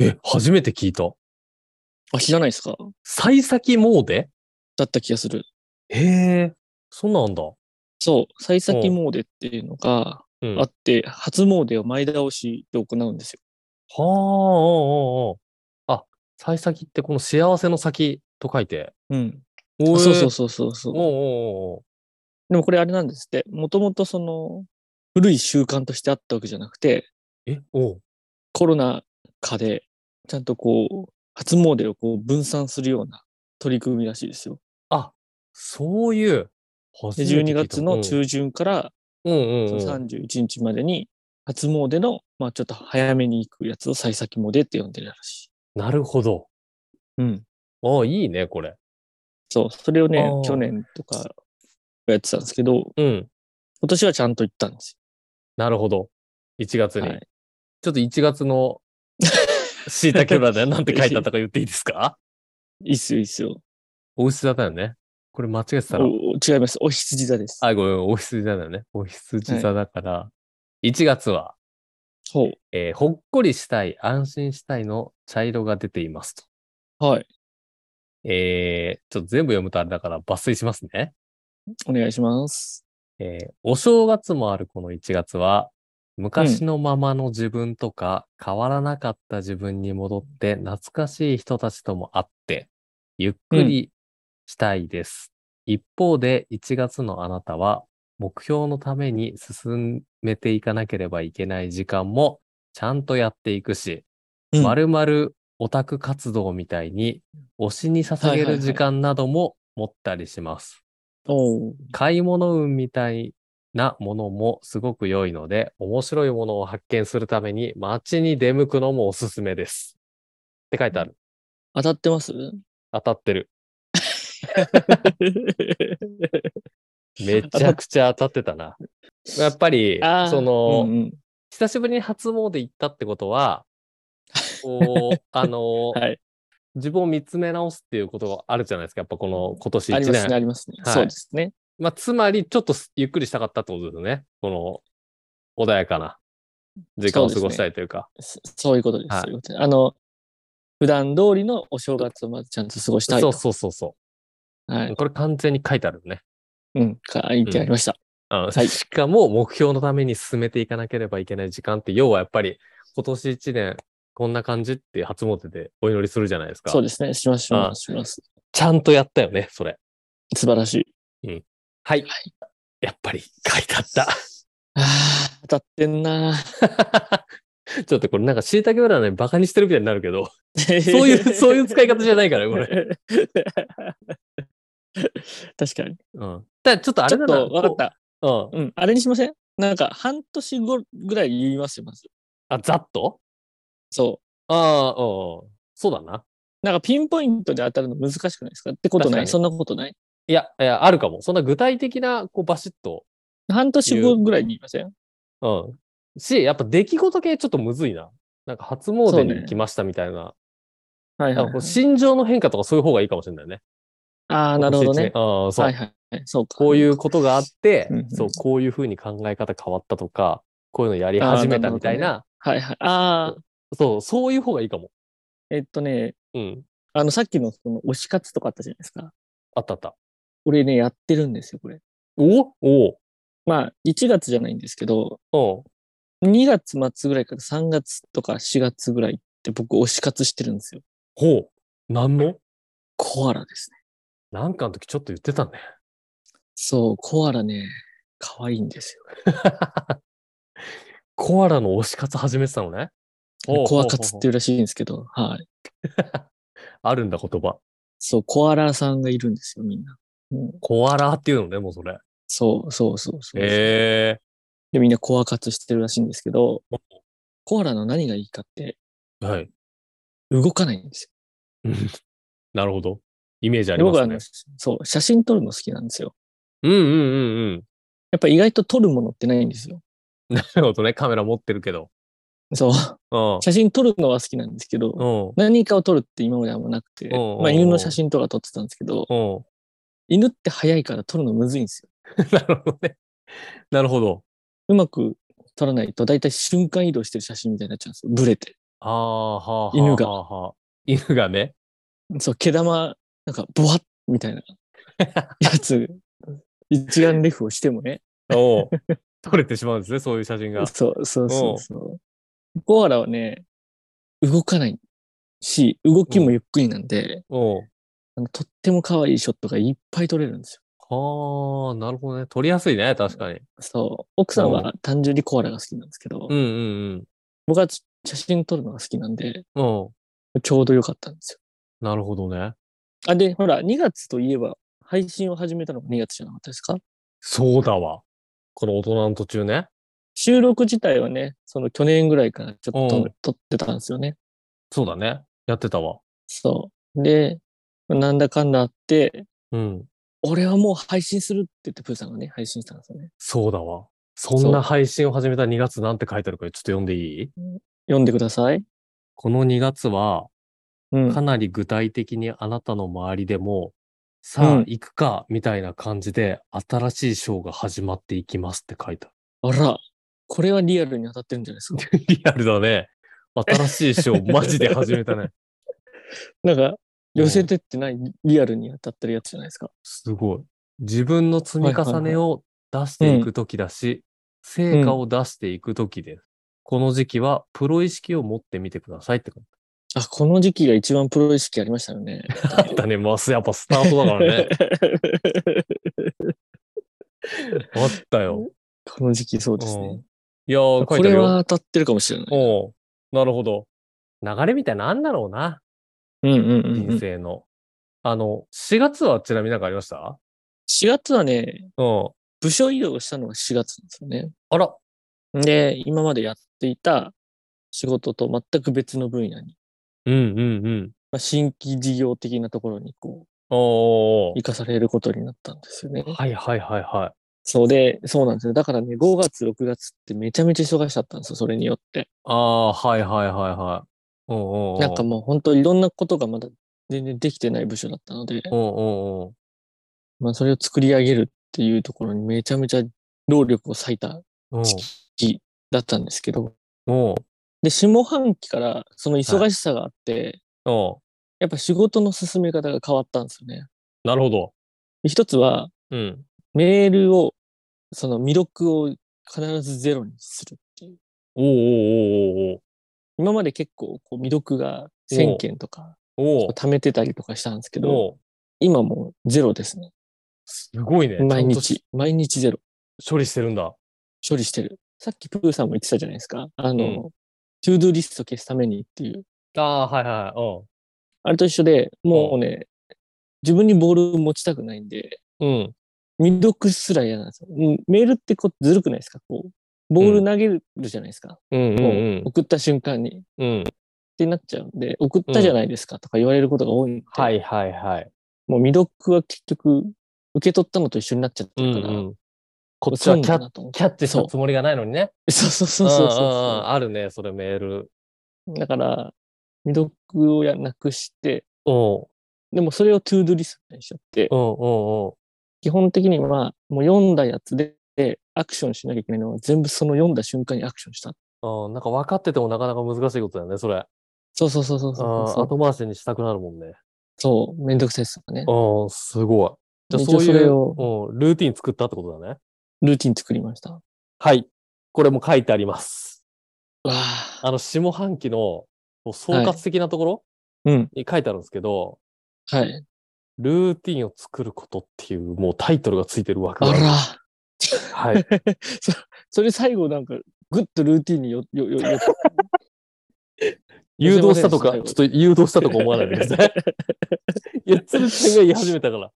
Speaker 2: え、初めて聞いた。
Speaker 3: あ、知らないですか
Speaker 2: 幸先詣
Speaker 3: だった気がする。
Speaker 2: へえ、そうなんだ。
Speaker 3: そう、幸先詣っていうのが
Speaker 2: うん。は
Speaker 3: あって、初詣を前倒しで行うんですよ。
Speaker 2: あ、おうおうおうあ、幸先ってこの幸せの先と書いて。
Speaker 3: うん。
Speaker 2: お
Speaker 3: あ
Speaker 2: え
Speaker 3: そうそうそうそうそう。
Speaker 2: おうおうおう
Speaker 3: でもこれあれなんですって、もともとその、古い習慣としてあったわけじゃなくて、
Speaker 2: え、おう
Speaker 3: コロナ禍で、ちゃんとこう、初詣をこう分散するような取り組みらしいですよ。
Speaker 2: あ、そういう。
Speaker 3: で、
Speaker 2: 初めて
Speaker 3: 12
Speaker 2: 聞いた
Speaker 3: 月の、中旬から、
Speaker 2: うん、うんうん
Speaker 3: そ
Speaker 2: うん
Speaker 3: の31日までに、初詣の、まあちょっと早めに行くやつを幸先詣って呼んでるらしい。
Speaker 2: なるほど。
Speaker 3: うん。
Speaker 2: ああ、いいね、これ。
Speaker 3: そう、それをね
Speaker 2: あー、
Speaker 3: 去年とかやってたんですけど、
Speaker 2: うん。
Speaker 3: 今年はちゃんと行ったんです
Speaker 2: なるほど。1月
Speaker 3: よ。
Speaker 2: に。
Speaker 3: はい。
Speaker 2: ちょっと1月の、 しいたけ村でなんて書いてあったか言っていいですか
Speaker 3: いいっすよ、いいっすよ。
Speaker 2: お牛座だよね。これ間違えてたら。
Speaker 3: おお違います。お羊座です。
Speaker 2: あ、ごめん、お羊座だよね。お羊座だから、1月は、
Speaker 3: ほう。
Speaker 2: えーほっこりしたい、安心したいの茶色が出ていますと。
Speaker 3: はい。
Speaker 2: えー、ちょっと全部読むとあれだから抜粋しますね。
Speaker 3: お願いします。
Speaker 2: えーお正月もあるこの1月は、昔のままの自分とか、変わらなかった自分に戻って、懐かしい人たちとも会って、ゆっくりしたいです。一方で、1月のあなたは、目標のために進めていかなければいけない時間も、ちゃんとやっていくし、
Speaker 3: うん
Speaker 2: まるまるオタク活動みたいに、推しに捧げる時間なども持ったりします。
Speaker 3: おう
Speaker 2: 買い物運みたいなものもすごく良いので、面白いものを発見するために街に出向くのもおすすめです。って書いてある。
Speaker 3: 当たってます
Speaker 2: 当たってる。めちゃくちゃ当たってた な。やっぱり
Speaker 3: あ、ー
Speaker 2: その、
Speaker 3: うんうん
Speaker 2: 久しぶりに初詣行ったってことは、 こう、あの、
Speaker 3: はい
Speaker 2: 自分を見つめ直すっていうことがあるじゃないですか。やっぱこの今年
Speaker 3: あり
Speaker 2: 1
Speaker 3: ます
Speaker 2: 年。
Speaker 3: ね、ありますね。
Speaker 2: はい
Speaker 3: そうですね。
Speaker 2: まあ、つまり、ちょっとゆっくりしたかったってことですよね。この、穏やかな時間を過ごしたいというか。
Speaker 3: そそういうことです。
Speaker 2: はい
Speaker 3: そういうことですあの、普段通りのお正月をまずちゃんと過ごしたい
Speaker 2: そ
Speaker 3: と。
Speaker 2: うそうそうそ
Speaker 3: は
Speaker 2: う。
Speaker 3: い。
Speaker 2: これ完全に書いてあるね。
Speaker 3: うん。書いてありました。
Speaker 2: うん
Speaker 3: はい
Speaker 2: しかも、目標のために進めていかなければいけない時間って、要はやっぱり、今年一年、こんな感じって初詣でお祈りするじゃないですか。
Speaker 3: そうですね。します、します、します。
Speaker 2: ちゃんとやったよね、それ。
Speaker 3: 素晴らしい。
Speaker 2: はい。
Speaker 3: はい
Speaker 2: やっぱり、書いてあった。
Speaker 3: ああ、当たってんな ー
Speaker 2: ちょっとこれなんか、椎茸占いバカにしてるみたいになるけ ど、そういう、そういう使い方じゃないから、これ。
Speaker 3: 確かに。
Speaker 2: うん。ただちょっとあ
Speaker 3: ち
Speaker 2: れ
Speaker 3: ょ
Speaker 2: だ
Speaker 3: っ
Speaker 2: な。
Speaker 3: と分かった。
Speaker 2: こう。うん。
Speaker 3: うん。あれにしませんなんか、半年後ぐらい言いますよ、まず。
Speaker 2: あ、ざっと
Speaker 3: そ
Speaker 2: ああ、うんそうだな。
Speaker 3: う。なんか、ピンポイントで当たるの難しくないですかってこと
Speaker 2: 確
Speaker 3: な
Speaker 2: かに
Speaker 3: いそんなことない
Speaker 2: いや、いや、あるかも。そんな具体的な、こう、バシッと。
Speaker 3: 半年後ぐらいに言いません
Speaker 2: うん。し、やっぱ出来事系ちょっとむずいな。なんか初詣
Speaker 3: そう
Speaker 2: に
Speaker 3: ね
Speaker 2: 来ましたみたいな。
Speaker 3: はい
Speaker 2: な
Speaker 3: は
Speaker 2: ん
Speaker 3: い
Speaker 2: か
Speaker 3: は
Speaker 2: こ
Speaker 3: い、
Speaker 2: う心情の変化とかそういう方がいいかもしれないね。
Speaker 3: ああ、なるほどね
Speaker 2: 今年一。年ああ、そう。
Speaker 3: はいはいはい。そうか。
Speaker 2: こういうことがあって
Speaker 3: うんう、ん
Speaker 2: そう、こういうふうに考え方変わったとか、こういうのやり始めたみたいな、
Speaker 3: はいはい。ああ、
Speaker 2: そう、そういう方がいいかも。
Speaker 3: えっとね、
Speaker 2: うん。
Speaker 3: あの、さっきのその推し活とかあったじゃないですか。
Speaker 2: あったあった。
Speaker 3: 俺ね、やってるんですよ、これ。
Speaker 2: おお
Speaker 3: まあ、1月じゃないんですけど、
Speaker 2: お
Speaker 3: 2月末ぐらいから3月とか4月ぐらいって僕推し活してるんですよ。
Speaker 2: ほう。なんの
Speaker 3: コアラですね。
Speaker 2: なんかの時ちょっと言ってたね。
Speaker 3: そう、コアラね、可愛いんですよ。
Speaker 2: コアラの推し活始めてたのね。おう
Speaker 3: コアカツ
Speaker 2: お
Speaker 3: っ
Speaker 2: う
Speaker 3: ていうらしいんですけど、はい。
Speaker 2: おうあるんだ言葉。
Speaker 3: そう、コアラさんがいるんですよ、みんな。うん、
Speaker 2: コアラっていうのね、もうそれ。
Speaker 3: そうそうそうそう。
Speaker 2: ええ
Speaker 3: で、みんなコア活してるらしいんですけど、コアラの何がいいかって、
Speaker 2: はい。
Speaker 3: 動かないんです
Speaker 2: なるほど。イメージあ
Speaker 3: よ。
Speaker 2: りま
Speaker 3: 僕は
Speaker 2: す
Speaker 3: あ
Speaker 2: ね
Speaker 3: の。、そう、写真撮るの好きなんですよ。
Speaker 2: うんうんうんうん。
Speaker 3: やっぱ意外と撮るものってないんですよ。
Speaker 2: なるほどね。カメラ持ってるけど。
Speaker 3: そう、
Speaker 2: うん。
Speaker 3: 写真撮るのは好きなんですけど、
Speaker 2: うん。
Speaker 3: 何かを撮るって今まであんまなくて、
Speaker 2: うんうんうん
Speaker 3: まあ犬の写真とか撮ってたんですけど、
Speaker 2: うん。
Speaker 3: 犬って早いから撮るのむずいんですよ。
Speaker 2: なるほどね。なるほど。
Speaker 3: うまく撮らないと大体瞬間移動してる写真みたいになっちゃうんですよ。ブレて。
Speaker 2: ああ、はあ、はあ。
Speaker 3: 犬が
Speaker 2: はあはあ犬がね。
Speaker 3: そう、毛玉、なんかボワッみたいなや つ、一眼レフをしてもね、
Speaker 2: おう撮れてしまうんですね、そういう写真が。
Speaker 3: そうそうそうそう。コアラはね、動かないし、動きもゆっくりなんで、
Speaker 2: おう
Speaker 3: あのとっても可愛いショットがいっぱい撮れるんですよ。
Speaker 2: はあ、なるほどね。撮りやすいね、確かに。
Speaker 3: そう。奥さんは単純にコアラが好きなんですけど、
Speaker 2: うんうん
Speaker 3: 僕は写真撮るのが好きなんで、
Speaker 2: うん。うん。
Speaker 3: ちょうど良かったんですよ。
Speaker 2: なるほどね。
Speaker 3: あ、で、ほら、2月といえば、配信を始めたのが2月じゃなかったですか
Speaker 2: そうだわ。この大人の途中ね。
Speaker 3: 収録自体はね、その去年ぐらいからちょっ
Speaker 2: う
Speaker 3: と
Speaker 2: ん
Speaker 3: 撮ってたんですよね。
Speaker 2: そうだね。やってたわ。
Speaker 3: そう。で、なんだかんだあって、
Speaker 2: うん。
Speaker 3: 俺はもう配信するって言ってプーさんがね、配信したんですよね。
Speaker 2: そうだわ。そんな配信を始めた2月なんて書いてあるかちょっと読んでいい
Speaker 3: 読んでください。
Speaker 2: この2月は、
Speaker 3: うん
Speaker 2: か。なり具体的にあなたの周りでも、さあ
Speaker 3: うん
Speaker 2: 行くか、みたいな感じで、新しいショーが始まっていきますって書いてあ
Speaker 3: あら、これはリアルに当たってるんじゃないですか。
Speaker 2: る。 リアルだね。新しいショー、マジで始め たね。
Speaker 3: なんか、寄せてってないリアルに当たってるやつじゃないですか。
Speaker 2: すごい。自分の積み重ねを出していくときだし、成果を出していくときです。この時期はプロ意識を持ってみてくださいってこと
Speaker 3: あ、この時期が一番プロ意識ありましたよね。
Speaker 2: だったね。まあ、やっぱスタートだからね。あったよ。
Speaker 3: この時期そうですね。
Speaker 2: いやー、書
Speaker 3: こ
Speaker 2: いてあ
Speaker 3: れ
Speaker 2: るよ。
Speaker 3: は当たってるかもしれない。
Speaker 2: おうなるほど。流れみたいなのあんだろうな。
Speaker 3: うんうんうんうん。
Speaker 2: 人
Speaker 3: 4
Speaker 2: 生の。あの、4月はちなみになんかありました
Speaker 3: 月はね、
Speaker 2: うん。
Speaker 3: 部署移動したのが4月なんですよね。
Speaker 2: あら、
Speaker 3: で、今までやっていた仕事と全く別の分野に、
Speaker 2: うんうんうん。
Speaker 3: まあ、新規事業的なところにこ
Speaker 2: お
Speaker 3: う、
Speaker 2: ーおー
Speaker 3: 生かされることになったんですよね
Speaker 2: おー。。はいはいはいは
Speaker 3: そうで、そうなんですよ。だからね、5月、6月ってめちゃめちゃ忙しかったんですよ、それによって。
Speaker 2: い。ああー、はいはいはいはい。うんうんうん。
Speaker 3: なんかもう本当いろんなことがまだ全然できてない部署だったので、
Speaker 2: うんうんうん。
Speaker 3: まあそれを作り上げるっていうところにめちゃめちゃ労力を割いた
Speaker 2: うん
Speaker 3: 時期だったんですけど、
Speaker 2: うん。
Speaker 3: で、下半期からその忙しさがあって、
Speaker 2: うん。
Speaker 3: やっぱ仕事の進め方が変わったんですよね。
Speaker 2: なるほど。
Speaker 3: で一つは、
Speaker 2: うん。
Speaker 3: メールを、その未読を必ずゼロにするっていう。
Speaker 2: おーおー
Speaker 3: 今まで結構こう未読が1000件とか
Speaker 2: おーおーおーおー
Speaker 3: 貯めてたりとかしたんですけど、
Speaker 2: おー
Speaker 3: 今もうゼロですね。
Speaker 2: すごいね。
Speaker 3: 毎
Speaker 2: ちゃん
Speaker 3: 日、毎日ゼロ。
Speaker 2: と処理してるんだ。
Speaker 3: 処理してる。さっきプーさんも言ってたじゃないですか。あの、
Speaker 2: うん
Speaker 3: トゥードゥーリスト消すためにっていう。
Speaker 2: ああ、はいは
Speaker 3: あれと一緒で、もうね、自分にボール持ちたくないんで、
Speaker 2: い。うん。うん。
Speaker 3: 未読すら嫌なんですよ。うんメールってこうずるくないですかこう、ボール投げるじゃないですか。
Speaker 2: うんう
Speaker 3: もうん送った瞬間に。っ
Speaker 2: うん。うん。
Speaker 3: てなっちゃうんで、送ったじゃないですかとか言われることが多いんで、
Speaker 2: はいはいはい。
Speaker 3: もう未読は結局、受け取ったのと一緒になっちゃって
Speaker 2: う
Speaker 3: る
Speaker 2: ん
Speaker 3: か
Speaker 2: う
Speaker 3: ら、
Speaker 2: ん。こっちはキャッ
Speaker 3: ッと思って
Speaker 2: キャッチしたつもりがないのにね。
Speaker 3: そうそうそうそうそう
Speaker 2: うんうんうん
Speaker 3: そ
Speaker 2: あるね、それメール。
Speaker 3: う。だから、未読をやなくして、
Speaker 2: お
Speaker 3: でもそれをトゥードゥリストにしちゃって、
Speaker 2: うんうんうん。
Speaker 3: 基本的にはもう読んだやつで、アクションしなきゃいけないのは全部その読んだ瞬間にアクションした。
Speaker 2: うん、なんか分かっててもなかなか難しいことだよね、それ。あ
Speaker 3: そうそうそうそうそう
Speaker 2: ー
Speaker 3: そう。
Speaker 2: 後回しにしたくなるもんね。
Speaker 3: そう、めんどくさいっすよね。
Speaker 2: うん、すごい。じゃあ
Speaker 3: 一
Speaker 2: そ
Speaker 3: 応
Speaker 2: うい
Speaker 3: それ
Speaker 2: う、
Speaker 3: を
Speaker 2: うん、ルーティン作ったってことだね。
Speaker 3: ルーティン作りました。わ
Speaker 2: はい。これも書いてあります。
Speaker 3: あ。
Speaker 2: あの、下半期のこう総括的なところ
Speaker 3: うん。
Speaker 2: に書いてあるんですけど、
Speaker 3: はい。
Speaker 2: ルーティンを作ることっていう、もうタイトルがついてる枠
Speaker 3: あ
Speaker 2: がある。
Speaker 3: ら。
Speaker 2: はい。
Speaker 3: そそれ最後なんか、ぐっとルーティンによ、よ、よ、よ、
Speaker 2: 誘導したとか、
Speaker 3: す
Speaker 2: ちょ
Speaker 3: いま
Speaker 2: っ
Speaker 3: せん
Speaker 2: と誘導したとか思わないでください。いや、つるちゃんが言い始めたから。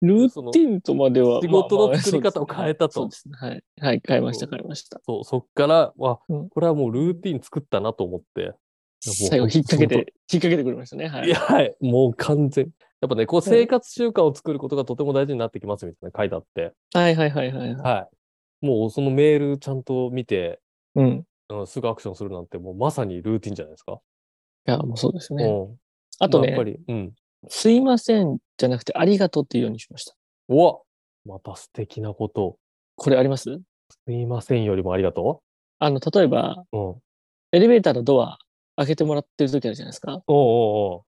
Speaker 3: ルーティンとまでは。
Speaker 2: その仕事の作り方を変えたと
Speaker 3: そうですね。はい。はい、変えました、変えました。
Speaker 2: そう、そっから、わ、
Speaker 3: うん
Speaker 2: これはもうルーティン作ったなと思って。いやもう
Speaker 3: 最後、引っ掛けて
Speaker 2: 本、
Speaker 3: 引っ掛けてくれましたね。はいい
Speaker 2: や、。はい。もう完全。やっぱね、こう生活習慣を作ることがとても大事になってきますみたいな書いてあって。
Speaker 3: はいはいはいはい。
Speaker 2: はい。もうそのメールちゃんと見て、
Speaker 3: うん。い
Speaker 2: うん、すぐアクションするなんて、もうまさにルーティンじゃないですか。
Speaker 3: や、もうそうですね。
Speaker 2: うん。
Speaker 3: あと
Speaker 2: まや
Speaker 3: ね
Speaker 2: っぱ、り、うん。
Speaker 3: すいませんじゃなくて、ありがとうっていうようにしました。
Speaker 2: うわまた素敵なこと。
Speaker 3: これあります
Speaker 2: すいませんよりもありがと
Speaker 3: あの、例えば、
Speaker 2: う。うん。おう
Speaker 3: エレベーターのドア開けてもらってる時あるじゃないですか。
Speaker 2: おうおう。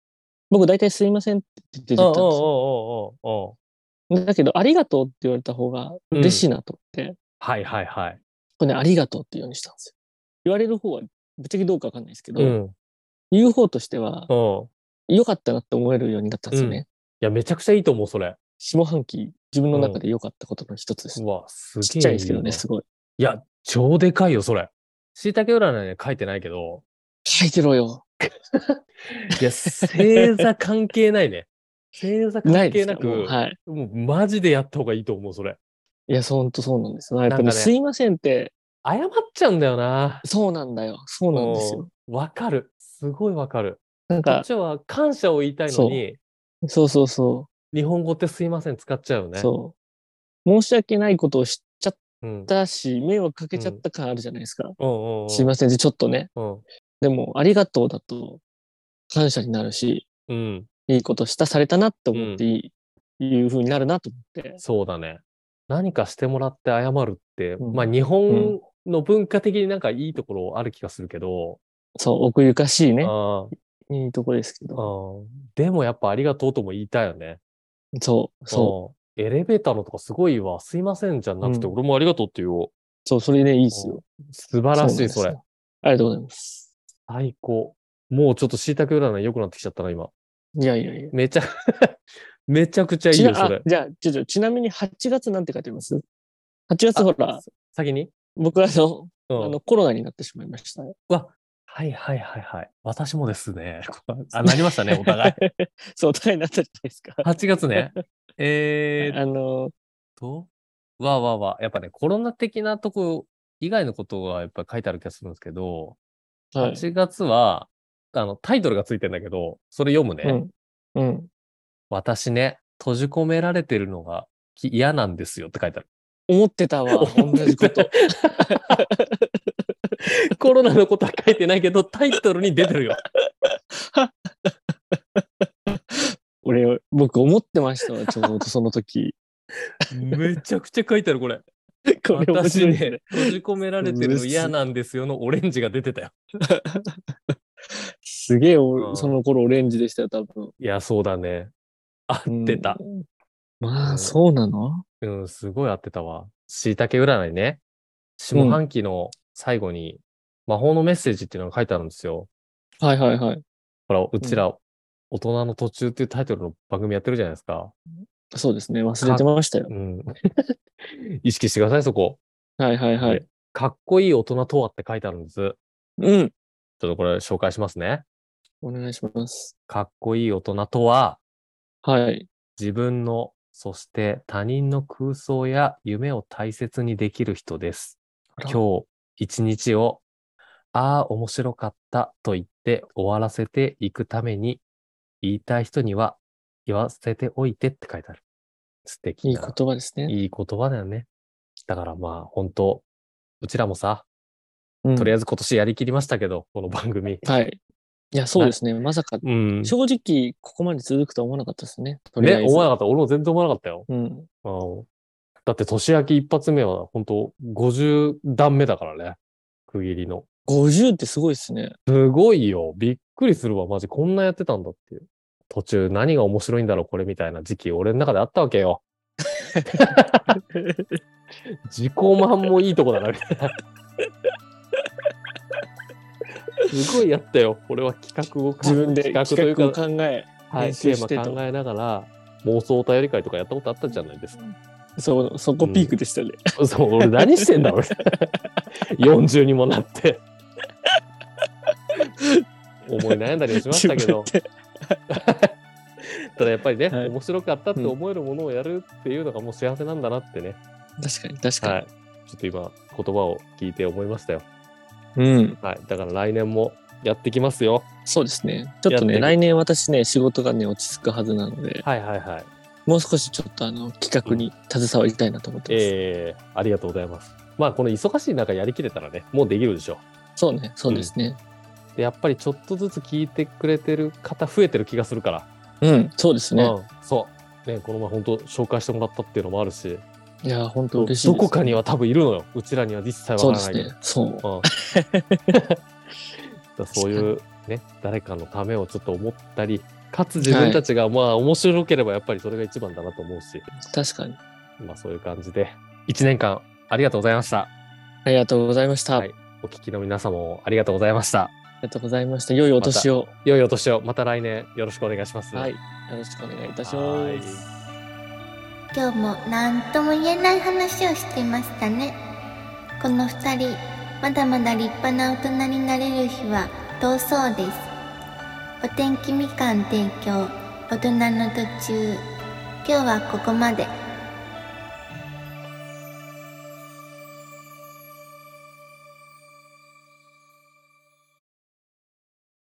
Speaker 3: 僕、大体すいませんって言っ
Speaker 2: お
Speaker 3: て
Speaker 2: う
Speaker 3: 言ったんですよ。
Speaker 2: おうおうおうおう
Speaker 3: だけど、ありがとうって言われた方が嬉しいなと思って、
Speaker 2: はいはいはい。
Speaker 3: これね、ありがとうっていうようにしたんですよ。言われる方は、ぶっちゃけどうかわかんないですけど、
Speaker 2: うん。うん。
Speaker 3: 言う方としては、
Speaker 2: い
Speaker 3: 良かったなって思えるようになったんですよね。
Speaker 2: や、めちゃくちゃいいと思う、それ。
Speaker 3: 下半期、自分の中で良かったことの一つです。
Speaker 2: うわ、すげえ。
Speaker 3: ちっちゃいですけどね、すごい。
Speaker 2: いや、超でかいよ、それ。椎茸占いには書いてないけど、
Speaker 3: 書いてろよ。
Speaker 2: いや、星座関係ないね。 星座
Speaker 3: な
Speaker 2: 関
Speaker 3: いで
Speaker 2: 係な
Speaker 3: すから
Speaker 2: く、
Speaker 3: もうはい。
Speaker 2: もうマジでやった方がいいと思う、それ。
Speaker 3: いや、そうほんとそうなんですよ。やっぱり、
Speaker 2: なんかね
Speaker 3: すいませんって、
Speaker 2: 謝っちゃうんだよな。
Speaker 3: そうなんだよ。そうなんですよ。
Speaker 2: うんわかる。すごいわかる。
Speaker 3: なん
Speaker 2: こっ
Speaker 3: か、
Speaker 2: ちは感謝を言いたいのに、
Speaker 3: そうそうそ
Speaker 2: 日本語ってすいません使っちゃうよ
Speaker 3: う、
Speaker 2: ね。
Speaker 3: そう。申し訳ないことを知っちゃっ
Speaker 2: うん。うん。
Speaker 3: たし、迷惑かけちゃった感あるじゃないですか。
Speaker 2: うんうん。
Speaker 3: すいませんって、ちょっとね。
Speaker 2: うん。
Speaker 3: でも、ありがとうだと、感謝になるし、
Speaker 2: うん。
Speaker 3: いいことした、されたなって思っていい、いう風になるなと思って。
Speaker 2: そうだね。何かしてもらって謝るって、
Speaker 3: うん
Speaker 2: まあ日本の文化的になんかいいところある気がするけど、
Speaker 3: そう、奥ゆかしいね。
Speaker 2: あ
Speaker 3: いいとこですけ
Speaker 2: ああ
Speaker 3: ど。
Speaker 2: あでもやっぱありがとうとも言いたいよね。
Speaker 3: そう、そう、
Speaker 2: うん。エレベーターのとかすごいわ。すいませんじゃなくて、
Speaker 3: うん
Speaker 2: 俺もありがとうって言おう。
Speaker 3: そう、それね、いいですよ。
Speaker 2: 素晴らしい、
Speaker 3: う
Speaker 2: そ
Speaker 3: な
Speaker 2: れ
Speaker 3: んですよ。。ありがとうございます。
Speaker 2: 最高。もうちょっと椎茸占い良くなってきちゃったな、今。
Speaker 3: いやいやいや。
Speaker 2: めちゃ、 めちゃくちゃいい
Speaker 3: ち
Speaker 2: よ、
Speaker 3: な
Speaker 2: そ
Speaker 3: あ
Speaker 2: れ。
Speaker 3: じゃあ、ちょちょ、ちなみに8月なんて書いてます ?8 月ほら、
Speaker 2: 先に
Speaker 3: 僕はあの、
Speaker 2: うん
Speaker 3: あのコロナになってしまいました。
Speaker 2: はいはいはいはい。私もです ね。あ、なりましたね、お互い。
Speaker 3: そう、大変になったじゃないですか。
Speaker 2: 8月ね。えーっ
Speaker 3: あの、
Speaker 2: と、わあわあわあ。やっぱね、コロナ的なとこ以外のことがやっぱ書いてある気がするんですけど、
Speaker 3: はい。
Speaker 2: 8月は、あの、タイトルがついてんだけど、それ読むね。
Speaker 3: うん。うん。
Speaker 2: 私ね、閉じ込められてるのがき嫌なんですよって書いてある。
Speaker 3: 思ってたわ、同じこと。
Speaker 2: コロナのことは書いてないけど、タイトルに出てるよ。
Speaker 3: 俺、僕思ってましたわ、ちょうどその時。
Speaker 2: めちゃくちゃ書いてある、これ。
Speaker 3: これ面
Speaker 2: 私
Speaker 3: 白いです
Speaker 2: ね、閉じ込められてるの嫌なんですよのオレンジが出てたよ。
Speaker 3: すげえ、
Speaker 2: うん
Speaker 3: おその頃オレンジでしたよ、多分。
Speaker 2: いや、そうだね。合ってた。
Speaker 3: うん。ま
Speaker 2: う
Speaker 3: あ、
Speaker 2: ん
Speaker 3: そうなの
Speaker 2: うん、すごい合ってたわ。しいたけ占いね。下半期の最後に、魔法のメッセージっていうのが書いてあるんですよ。
Speaker 3: はいはいはい。
Speaker 2: ほら、うちら、大人の途中っていうタイトルの番組やってるじゃないですか。
Speaker 3: そうですね、忘れてましたよ。
Speaker 2: うん。 意識してください、そこ。
Speaker 3: はいはいは
Speaker 2: で
Speaker 3: い。
Speaker 2: かっこいい大人とはって書いてあるんです。ちょっ
Speaker 3: うん。
Speaker 2: とこれ紹介しますね。
Speaker 3: お願いします。
Speaker 2: かっこいい大人とは、
Speaker 3: はい。
Speaker 2: 自分の、そして他人の空想や夢を大切にできる人です。
Speaker 3: あら
Speaker 2: 今日一日を、ああ、面白かったと言って終わらせていくために、言いたい人には言わせておいてって書いてある。素敵な。
Speaker 3: いい言葉ですね。
Speaker 2: いい言葉だよね。だからまあ、本当うちらもさ、
Speaker 3: うん
Speaker 2: とりあえず今年やりきりましたけど、この番 組。
Speaker 3: はい。いや、そうですね。まさか、
Speaker 2: うん。
Speaker 3: 正直、ここまで続くとは思わなかったですね。とりあ
Speaker 2: ね、
Speaker 3: えず。
Speaker 2: 思わなかった。俺も全然思わなかったよ。
Speaker 3: うん。
Speaker 2: うんだって年明け一発目は本当50段目だからね。区切りの。
Speaker 3: 50ってすごいですね。
Speaker 2: すごいよ。びっくりするわ。マジこんなやってたんだっていう。途中何が面白いんだろうこれみたいな時期俺の中であったわけ よ。自己満もいいとこだなみたいな。すごいやったよ。俺は企画を考え
Speaker 3: 自分で
Speaker 2: 企画とい
Speaker 3: 企
Speaker 2: う
Speaker 3: 画を
Speaker 2: か、
Speaker 3: 考え。
Speaker 2: はい、
Speaker 3: 編集
Speaker 2: テ
Speaker 3: して
Speaker 2: ーマ
Speaker 3: と
Speaker 2: 考えながら妄想お便り会とかやったことあったじゃないですか。
Speaker 3: そう、そこピークでしたね。
Speaker 2: そう、 俺何してんだ、俺。40にもなって。思い悩んだりもしましたけど、
Speaker 3: 自分で
Speaker 2: ただやっぱりね、
Speaker 3: はい
Speaker 2: 面白かったって思えるものをやるっていうのがもう幸せなんだなってね、
Speaker 3: 確かに、確かに。
Speaker 2: はい。ちょっと今、言葉を聞いて思いましたよ。
Speaker 3: うん。
Speaker 2: はい。だから来年もやってきますよ。
Speaker 3: そうですね。ちょっと
Speaker 2: やって
Speaker 3: ね、
Speaker 2: み
Speaker 3: 来年私ね、仕事がね、落ち着くはずなので、
Speaker 2: はいはいはい。
Speaker 3: もう少しちょっとあの、企画に携わりたいなと思ってます。
Speaker 2: えー、ありがとうございます。まあ、この忙しい中やりきれたらね、もうできるでしょ
Speaker 3: そうね、そうですね。
Speaker 2: で、やっぱりちょっとずつ聞いてくれてる方増えてる気がするから。
Speaker 3: うん、そうですね。
Speaker 2: うん、そう。ね、この前本当紹介してもらったっていうのもあるし、
Speaker 3: いやー、本当
Speaker 2: ど
Speaker 3: 嬉しいです。
Speaker 2: こかには多分いるのよ。うちらには一切わか
Speaker 3: そう
Speaker 2: ら
Speaker 3: で
Speaker 2: ないけ
Speaker 3: す
Speaker 2: ど
Speaker 3: ね。そう。
Speaker 2: うん、だそういうね誰かのためをちょっと思ったりかつ自分たちがまあ面白ければやっぱりそれが一番だなと思うし、
Speaker 3: 確かに。
Speaker 2: まあそういう感じで1年間ありがとうございました
Speaker 3: ありがとうございました。
Speaker 2: はいお聞きの皆様もありがとうございました
Speaker 3: ありがとうございました。良いお年を。
Speaker 2: 良いお年をまた来年よろしくお願いします
Speaker 3: はい。よろしくお願いいたし
Speaker 2: は
Speaker 3: ま
Speaker 2: い
Speaker 3: す。
Speaker 1: 今日も何とも言えない話をしてましたねこの2人まだまだ立派な大人になれる日は遠そうですお天気みかん提供大人の途中今日はここまで